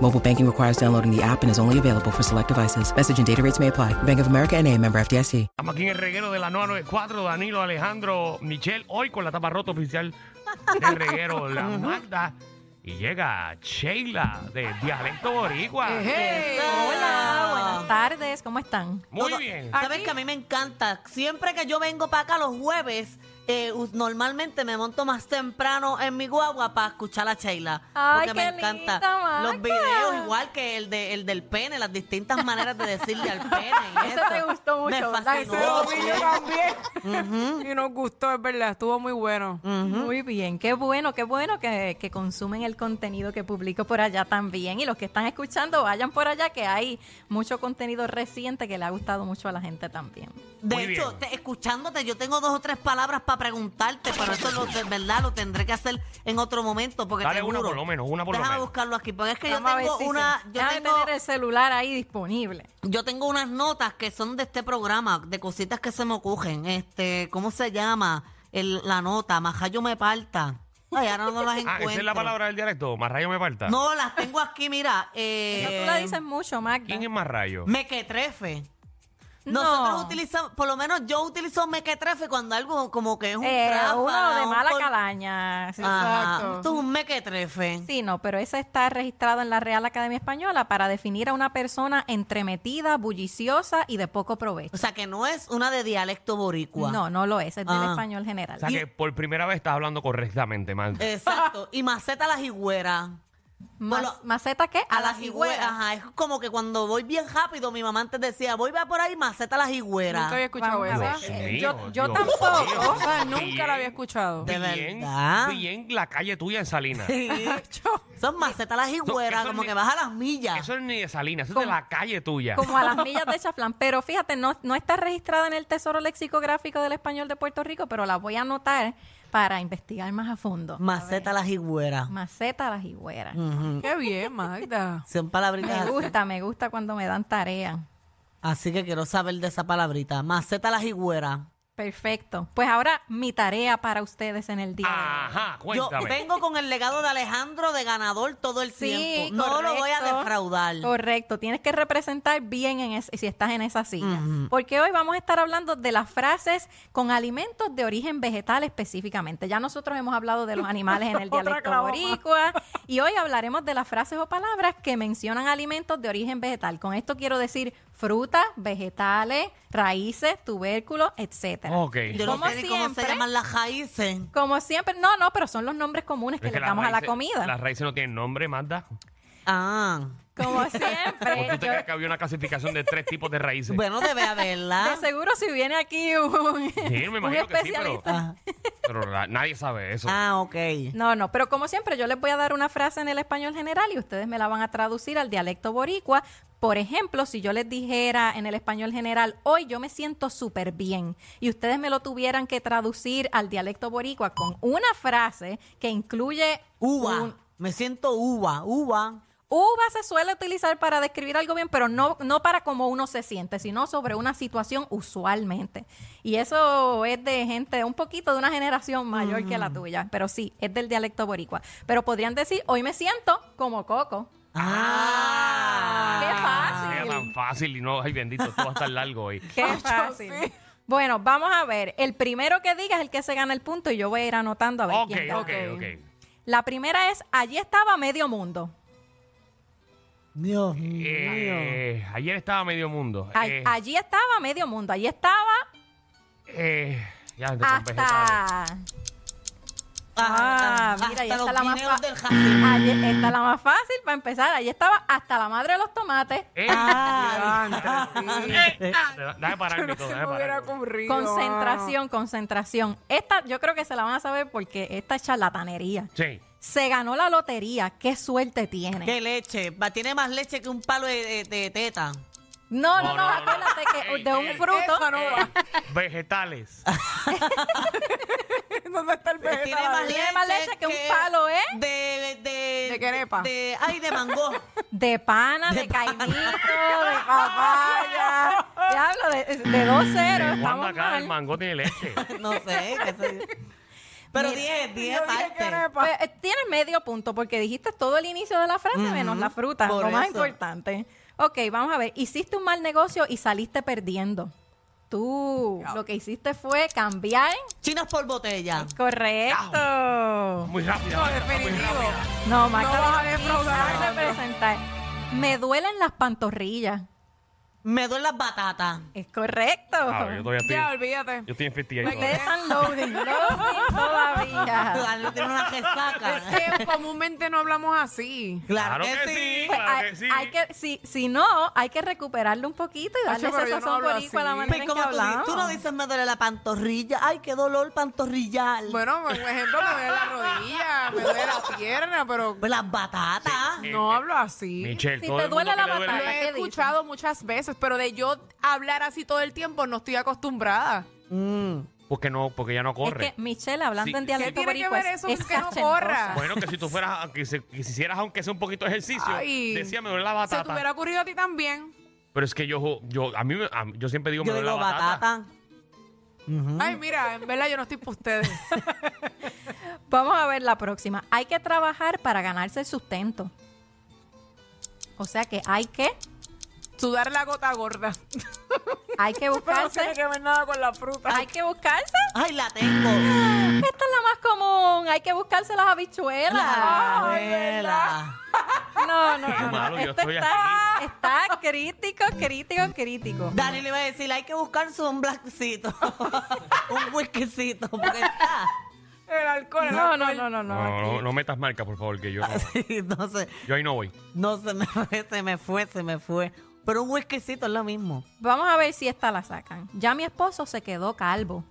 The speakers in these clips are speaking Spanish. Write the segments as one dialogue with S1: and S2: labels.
S1: Mobile banking requires downloading the app and is only available for select devices. Message and data rates may apply. Bank of America and a member FDIC.
S2: Estamos aquí en el reguero de la 994, Danilo, Alejandro, Michelle, hoy con la tapa rota oficial del reguero, la Magda. Y llega Sheila de Dialecto Boricua.
S3: Eh,
S4: Hola,
S3: Ah.
S4: buenas tardes, ¿cómo están?
S2: Muy
S3: Todo-
S2: bien. Ah,
S3: Sabes que a mí me encanta. Siempre que yo vengo para acá los jueves, eh, us- normalmente me monto más temprano en mi guagua para escuchar a Sheila.
S4: Ay,
S3: porque
S4: qué
S3: me encanta.
S4: linda, Magda.
S3: los videos, igual que el, de, el del pene, las distintas maneras de decirle al pene. y
S4: Eso
S3: eso.
S4: te gustó
S3: Me
S4: mucho, ¿verdad?
S5: Ese
S3: fascinó.
S5: lo vi yo también. Y nos gustó, es verdad, estuvo muy bueno.
S4: Muy bien, qué bueno, qué bueno que, que consumen el contenido que publico por allá también. Y los que están escuchando, vayan por allá, que hay mucho contenido reciente que le ha gustado mucho a la gente también.
S3: De
S2: Muy
S3: hecho,
S2: bien.
S3: te- escuchándote, yo tengo dos o tres palabras para preguntarte, pero eso lo, de verdad lo tendré que hacer en otro momento. Porque
S2: Dale
S3: te
S2: una
S3: juro-
S2: por lo menos, una por lo
S3: Déjame
S2: menos.
S3: buscarlo aquí, porque es que
S4: Vamos a
S3: yo tengo
S4: ver si
S3: una.
S4: se-
S3: yo
S4: déjame
S3: tengo-
S4: tener el celular ahí disponible.
S3: Yo tengo unas notas que son de este programa, de cositas que se me ocurren. Este, ¿cómo se llama? El- la nota, majayo me parta. Ay, ahora no las
S2: Ah,
S3: encuentro.
S2: esa es la palabra del dialecto. Marrayo me falta.
S3: No, las tengo aquí, mira. Eh,
S4: Eso tú la dices mucho, Magda.
S2: ¿Quién es Marrayo?
S3: Mequetrefe.
S4: No.
S3: Nosotros utilizamos, por lo menos yo utilizo mequetrefe cuando algo como que es un
S4: Eh,
S3: tráfala,
S4: uno de
S3: un
S4: mala
S3: col-
S4: calaña. Sí,
S3: Ajá,
S5: Exacto.
S3: Esto es un mequetrefe.
S4: Sí, no, pero esa está registrado en la Real Academia Española para definir a una persona entremetida, bulliciosa y de poco provecho.
S3: O sea, que no es una de dialecto boricua.
S4: No, no lo es, es del
S3: Ah.
S4: español
S2: O
S4: general.
S2: sea que por primera vez estás hablando correctamente, Magda.
S3: Eh, Exacto. Y maceta las higueras.
S4: Mas-
S3: bueno,
S4: ¿Maceta qué?
S3: A las higüeras. Ajá, es como que cuando voy bien rápido, mi mamá antes decía, voy va por ahí, maceta a las higueras.
S5: Nunca había escuchado
S4: Vamos a
S5: esa.
S3: ah,
S4: ver.
S2: Dios
S4: Eh,
S2: mío,
S4: yo- yo
S2: Dios
S4: tampoco.
S2: mío.
S5: O sea, nunca la había
S2: Bien,
S5: escuchado.
S3: De
S2: bien,
S3: verdad.
S2: Bien la calle tuya en Salinas.
S3: Sí. Son maceta a las higueras,
S2: eso
S3: como
S2: ni-
S3: que vas a las millas.
S2: Eso es ni de Salinas, eso es
S4: Como-
S2: de la calle tuya.
S4: Como a las millas de Chaflán. Pero fíjate, no, no está registrada en el Tesoro Lexicográfico del Español de Puerto Rico, pero la voy a anotar para investigar más a fondo.
S3: Maceta a las higueras.
S4: Maceta a las higueras.
S3: Mm.
S5: Qué bien, Magda.
S3: Son palabritas
S4: Me
S3: así.
S4: gusta, me gusta cuando me dan tarea.
S3: Así que quiero saber de esa palabrita. Maceta a las higueras.
S4: Perfecto. Pues ahora mi tarea para ustedes en el día. de hoy.
S2: Ajá,
S3: Yo
S2: cuéntame.
S3: vengo con el legado de Alejandro de ganador todo el
S4: Sí,
S3: tiempo. No lo voy a
S4: correcto.
S3: defraudar.
S4: Correcto, tienes que representar bien en es- si estás en esa silla. Porque hoy vamos a estar hablando de las frases con alimentos de origen vegetal específicamente. Ya nosotros hemos hablado de los animales en el
S5: Otra
S4: dialecto
S5: clavoma.
S4: boricua y hoy hablaremos de las frases o palabras que mencionan alimentos de origen vegetal. Con esto quiero decir frutas, vegetales, raíces, tubérculos, etcétera.
S2: Ok.
S3: Yo no
S4: Como
S3: sé ni cómo se
S4: siempre-
S3: llaman las raíces.
S4: Como siempre, no, no, pero son los nombres comunes
S2: Es
S4: que,
S2: que
S4: le
S2: las
S4: damos a la
S2: raíces-
S4: comida.
S2: Las raíces no tienen nombre, Magda.
S3: Ah.
S4: Como
S2: ¿O
S4: siempre.
S2: tú te
S4: yo-
S2: crees que había una clasificación de tres tipos de raíces?
S3: Bueno, debe haberla.
S4: De seguro si viene aquí un,
S2: sí, me
S4: un
S2: imagino que sí, pero,
S4: especialista.
S2: pero la- nadie sabe eso.
S3: Ah, ok.
S4: No, no, pero como siempre yo les voy a dar una frase en el español general y ustedes me la van a traducir al dialecto boricua. Por ejemplo, si yo les dijera en el español general, hoy yo me siento súper bien, y ustedes me lo tuvieran que traducir al dialecto boricua con una frase que incluye
S3: Uva.
S4: un-
S3: Me siento uva, uva.
S4: Uva se suele utilizar para describir algo bien, pero no, no para cómo uno se siente, sino sobre una situación usualmente. Y eso es de gente un poquito de una generación mayor que la tuya, pero sí, es del dialecto boricua. Pero podrían decir, hoy me siento como coco.
S3: Ah.
S2: Era
S4: ¡Qué fácil!
S2: tan fácil y no, ay bendito, esto va a estar largo hoy.
S4: ¡Qué fácil!
S5: sí.
S4: Bueno, vamos a ver. El primero que diga es el que se gana el punto y yo voy a ir anotando a ver
S2: Ok,
S4: quién gana.
S2: ok, ok.
S4: La primera es, allí estaba medio mundo.
S3: Dios mío.
S2: Eh, ayer estaba medio Eh, mundo.
S4: Ay,
S2: Eh,
S4: allí estaba medio mundo, allí estaba
S2: eh, ya, gente, son vegetales.
S4: Hasta.
S3: Ah,
S4: Ah, mira,
S3: hasta
S4: ya está
S3: los
S4: la más
S3: guineos
S4: fa-
S3: del jardín.
S4: Ahí está la más fácil para empezar. Ahí estaba hasta la madre de los tomates.
S2: Eh,
S4: Ah.
S5: Antes, sí.
S2: eh, ah, Déjame parar el
S5: No
S2: micro,
S5: se me
S2: déjame
S5: hubiera
S2: parar. el micro.
S5: ocurrido.
S4: Concentración, concentración. Esta yo creo que se la van a saber porque esta es charlatanería.
S2: Sí.
S4: Se ganó la lotería. Qué suerte tiene.
S3: Qué leche. Va, tiene más leche que un palo de, de- de teta.
S4: No, no,
S2: No,
S4: no,
S2: no, no.
S4: acuérdate que
S2: Ey,
S4: de un
S2: ey,
S4: fruto.
S5: Eso no va.
S2: Vegetales.
S5: ¿Dónde está el
S3: Pues
S5: vegetal?
S3: Tiene más,
S4: Tiene más leche que un palo, ¿eh?
S3: De, de,
S5: De querepa.
S3: de- ay, de mango.
S4: De pana, de, caimito, de papaya. Diablo, de, de 2-0.
S2: Eh, Wanda
S4: Estamos
S2: acá, el
S4: mal.
S2: mango tiene leche.
S3: no sé. qué sé yo. Pero
S4: Mira,
S3: 10, 10
S5: Yo dije que
S3: partes.
S5: era pa-
S4: Pues, eh, tienes medio punto porque dijiste todo el inicio de la frase menos la fruta,
S3: por
S4: lo más
S3: eso.
S4: importante. Ok, vamos a ver. Hiciste un mal negocio y saliste perdiendo. Tú lo que hiciste fue cambiar.
S3: Chinas por botella.
S4: Correcto.
S2: Muy rápido.
S5: No,
S2: Magda, está muy
S5: definitivo.
S2: rápida.
S4: No, Magda,
S5: No vas a
S4: deja
S5: defraudar,
S4: de
S5: Magda.
S4: presentar. Me duelen las pantorrillas.
S3: Me duelen las batatas.
S4: Es correcto.
S2: Ah, yo todavía estoy,
S5: Ya, olvídate.
S2: yo estoy en
S4: Me
S2: 58.
S4: quedé tan loading, loading todavía.
S3: Daniel tiene una resaca.
S5: Es que comúnmente no hablamos así.
S2: Claro que sí,
S4: Pues,
S2: claro
S4: hay-
S2: que sí.
S4: hay que- si, si no, hay que recuperarlo un poquito y darle
S5: Acho, pero
S4: ese
S5: yo no
S4: sazón
S5: hablo
S4: boricua a la
S5: así.
S4: manera
S3: Pues
S4: en
S3: como
S4: que
S3: tú, dices,
S4: hablamos.
S3: tú no dices me duele la pantorrilla. Ay, qué dolor pantorrillar.
S5: Bueno, por ejemplo, me duele la rodilla, me duele la pierna, pero
S3: Pues las batatas.
S5: no hablo así.
S2: Michelle,
S4: Si
S2: todo
S4: te
S2: el
S4: duele
S2: mundo
S4: la
S2: que le duele-
S5: Lo
S4: batalla.
S5: he
S4: ¿Qué dices?
S5: escuchado muchas veces, pero de yo hablar así todo el tiempo no estoy acostumbrada.
S3: Mm.
S2: Porque no, porque ya no corre.
S4: Es pues que Michelle, hablando
S2: Sí.
S4: en dialecto
S5: ¿Qué tiene que
S4: boricua,
S5: ver
S4: es-
S5: eso
S4: es
S5: que no
S4: cachendosa.
S5: corra?
S2: Bueno, que si tú fueras, a- que, se- que si hicieras aunque sea un poquito de ejercicio,
S5: Ay.
S2: decía me duele la
S5: Se te hubiera
S2: batata.
S5: ocurrido a ti también.
S2: Pero es que yo, yo, a mí, me- a mí- yo siempre digo me
S3: Yo
S2: duele
S3: digo
S2: la batata.
S3: batata.
S5: Ay, mira, en verdad yo no estoy para ustedes.
S4: Vamos a ver la próxima. Hay que trabajar para ganarse el sustento. O sea que hay que,
S5: Sudar la gota gorda.
S4: hay que
S5: Pero no tiene
S4: buscarse,
S5: que ver nada con la fruta.
S4: hay que buscarse.
S3: Ay, la tengo.
S4: Esta es la más común. Hay que buscarse las habichuelas.
S3: La vela.
S4: No, no,
S2: Qué
S4: no. no.
S2: malo, yo
S4: Esto
S2: estoy
S4: está, está crítico, crítico, crítico.
S3: Dani le iba a decir, hay que buscarse un blackcito. un whiskycito. Porque está.
S5: El alcohol. el
S4: No,
S5: alcohol.
S4: no, no, no, no.
S2: No, no, no metas marca, por favor, que yo, no-
S3: no sé,
S2: yo ahí no voy.
S3: no se me fue, se me fue, se me fue. Pero un whiskycito es lo mismo.
S4: Vamos a ver si esta la sacan. Ya mi esposo se quedó calvo.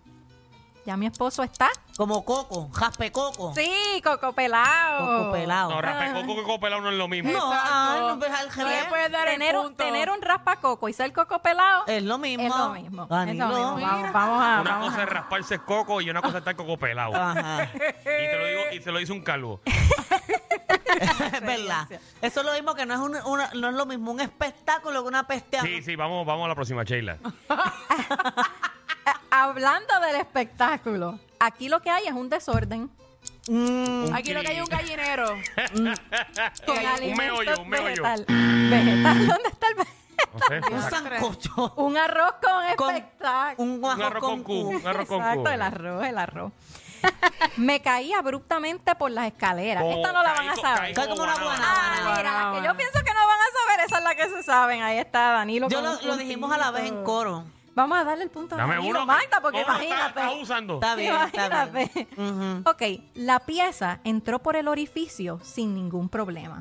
S4: Ya mi esposo está.
S3: Como coco, jaspe coco.
S4: Sí, coco pelado.
S3: Coco pelado.
S2: No, rapecoco y copelado no es lo mismo.
S3: No,
S5: Exacto.
S3: ah, no, pues, al
S5: No le
S3: revés.
S5: puedes dar
S4: Tener
S5: el
S4: un,
S5: punto.
S4: tener un raspacoco y ser coco pelado
S3: Es lo mismo.
S4: es lo mismo. Es
S3: Danilo.
S4: lo mismo. Vamos, vamos a.
S2: Una
S4: vamos
S2: cosa
S4: a-
S2: es rasparse el coco y una cosa es estar coco pelado.
S4: Ah.
S3: Ajá.
S2: Y te lo digo, y se lo dice un calvo.
S3: Es verdad. Eso es lo mismo que no es, un, una- no es lo mismo un espectáculo que una peste.
S2: Sí, sí, vamos, vamos a la próxima, Sheila.
S4: eh, Hablando del espectáculo, aquí lo que hay es un desorden.
S3: Mm,
S5: Aquí lo que hay es un gallinero.
S4: Con
S2: un
S4: alimentos
S2: meollo, un meollo.
S4: vegetal. Vegetal, ¿dónde está el ve-
S2: No sé.
S3: un sancocho.
S4: Un arroz con
S3: Con-
S4: espectáculo.
S3: un
S2: Un arroz con cu, un arroz con
S4: Exacto,
S2: cu.
S4: el arroz, el arroz. Me caí abruptamente por las escaleras.
S2: Como
S4: Esta no la van
S2: caí
S4: a
S2: co-
S4: saber.
S2: caí
S3: Cae como una buena.
S4: Ah, mira, la que yo pienso que no van a saber, esa es la que se saben. Ahí está Danilo.
S3: Yo
S4: con
S3: lo,
S4: un
S3: lo dijimos a la vez en
S4: puntito.
S3: coro.
S4: Vamos a darle el punto a
S2: Dame
S4: Danilo,
S2: uno.
S4: Magda, porque
S2: ¿Cómo está-
S4: imagínate.
S2: estás usando?
S3: Está bien, está bien.
S4: imagínate. Mm. Ok, la pieza entró por el orificio sin ningún problema.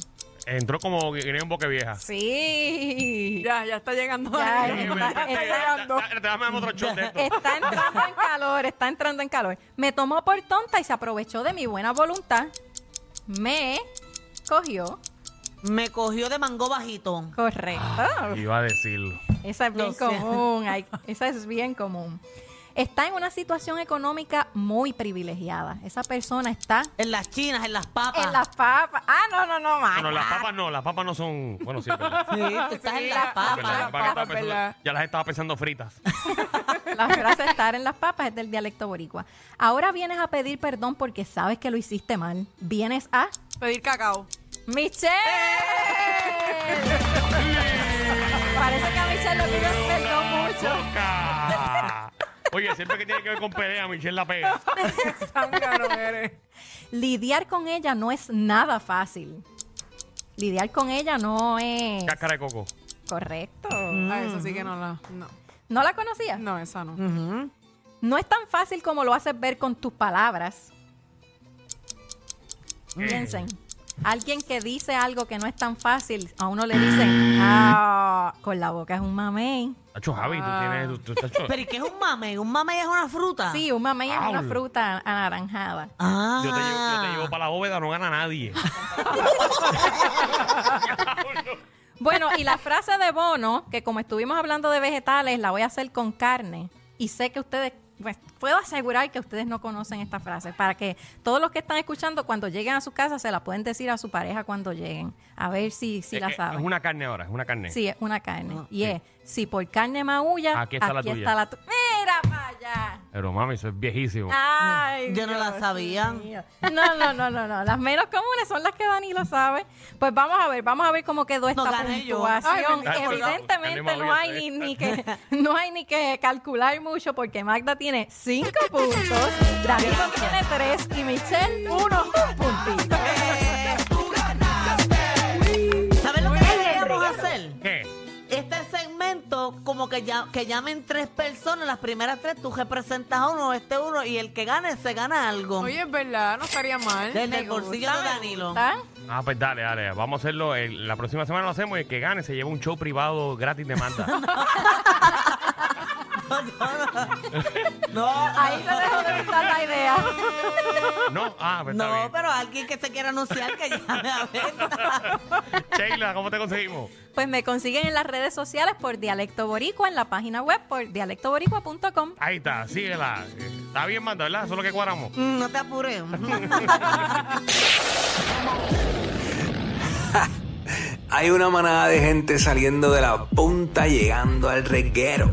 S2: Entró como guineo en boca vieja.
S4: Sí.
S5: Ya, ya está llegando.
S4: Ya,
S5: Daniel.
S4: Ay, está-
S5: está
S4: está-
S5: llegando.
S2: Dame otro shot de esto.
S4: Está entrando en calor, está entrando en calor. Me tomó por tonta y se aprovechó de mi buena voluntad. Me cogió.
S3: Me cogió de mango bajito.
S4: Correcto.
S2: Iba a decirlo.
S4: Esa es bien
S3: Lo sé.
S4: común. ay, esa es bien común. Está en una situación económica muy privilegiada. Esa persona está
S3: En las chinas, en las papas.
S4: en las papas. Ah, no, no, no,
S2: No,
S4: Magda.
S2: las papas no, las papas no son. Bueno, sí, es verdad.
S3: Sí, tú estás en las
S2: Es
S4: Ah,
S3: papas.
S2: verdad, las papas estaba
S5: papas,
S2: pensando-
S5: verdad.
S2: ya las estaba pensando fritas.
S4: La frase estar en las papas es del dialecto boricua. Ahora vienes a pedir perdón porque sabes que lo hiciste mal. Vienes a
S5: Pedir cacao.
S4: Michelle. Parece que a Michelle lo piden perdón mucho.
S2: ¡Toca! Oye, siempre que tiene que ver con pelea, Michelle la pega.
S5: Zángano eres.
S4: Lidiar con ella no es nada fácil. Lidiar con ella no es
S2: Cáscara de coco.
S4: correcto.
S5: Ah, esa sí que no la. No,
S4: ¿No la conocía?
S5: no esa no.
S4: No es tan fácil como lo haces ver con tus palabras. Piensen. Alguien que dice algo que no es tan fácil, a uno le dicen, ah, con la boca es un mamey.
S2: Tacho, Javi, tú tienes... Tú, tú, tacho,
S4: Ah.
S3: Pero ¿y qué es un mamey? ¿Un mamey es una fruta?
S4: Sí, un mamey es una
S2: Pablo.
S4: fruta anaranjada.
S3: Ah.
S2: yo, te llevo, yo te llevo para la bóveda, no gana nadie.
S4: Bueno, y la frase de Bono, que como estuvimos hablando de vegetales, la voy a hacer con carne. Y sé que ustedes, pues, puedo asegurar que ustedes no conocen esta frase, para que todos los que están escuchando, cuando lleguen a su casa, se la pueden decir a su pareja cuando lleguen. A ver si, si
S2: Es
S4: la
S2: que
S4: saben.
S2: Es una carne ahora, es una carne.
S4: Sí, es una carne.
S3: Ah,
S4: y es, si por carne maulla,
S2: Aquí está la tuya.
S4: tu- ¡Mira para allá!
S2: Pero mami, eso es viejísimo.
S4: Ah. Ay,
S3: Yo no la
S4: Dios
S3: sabía.
S4: mío. No, no, no, no, no. Las menos comunes son las que Danilo sabe. Pues vamos a ver, vamos a ver cómo quedó esta
S3: No, gané yo.
S5: Ay,
S4: puntuación.
S5: bendito,
S2: Ay, colgado.
S4: Evidentemente
S2: Gané
S4: no hay ni,
S2: Mauricio.
S4: ni que no hay ni que calcular mucho porque Magda tiene cinco puntos, Danilo tiene tres y Michelle uno puntito.
S3: Eh, ¿Sabes lo que deberíamos hacer?
S2: ¿Qué?
S3: Este segmento, como que, ya, que llamen tres personas, las primeras tres, tú representas a uno, este uno, y el que gane se gana algo.
S5: Oye, es verdad, no estaría mal.
S3: Desde
S5: Me
S3: el bolsillo
S5: gusta,
S3: de
S5: me
S3: Danilo.
S4: ¿Están?
S2: Ah, pues dale, dale. Vamos a hacerlo. el- la próxima semana lo hacemos y el que gane se lleva un show privado gratis de Manda.
S3: No,
S4: Ahí te dejo de gustar la idea.
S2: no, ah, pues está
S3: no,
S2: bien.
S3: pero alguien que se quiera anunciar que llame a ver.
S2: Sheila, ¿cómo te conseguimos?
S4: Pues me consiguen en las redes sociales por Dialecto Boricua, en la página web por dialectoboricua.com.
S2: Ahí está, síguela. Eh, Está bien, Manda, ¿verdad? Eso es lo que cuadramos.
S3: Mm, No te apures.
S6: Hay una manada de gente saliendo de la punta llegando al reguero.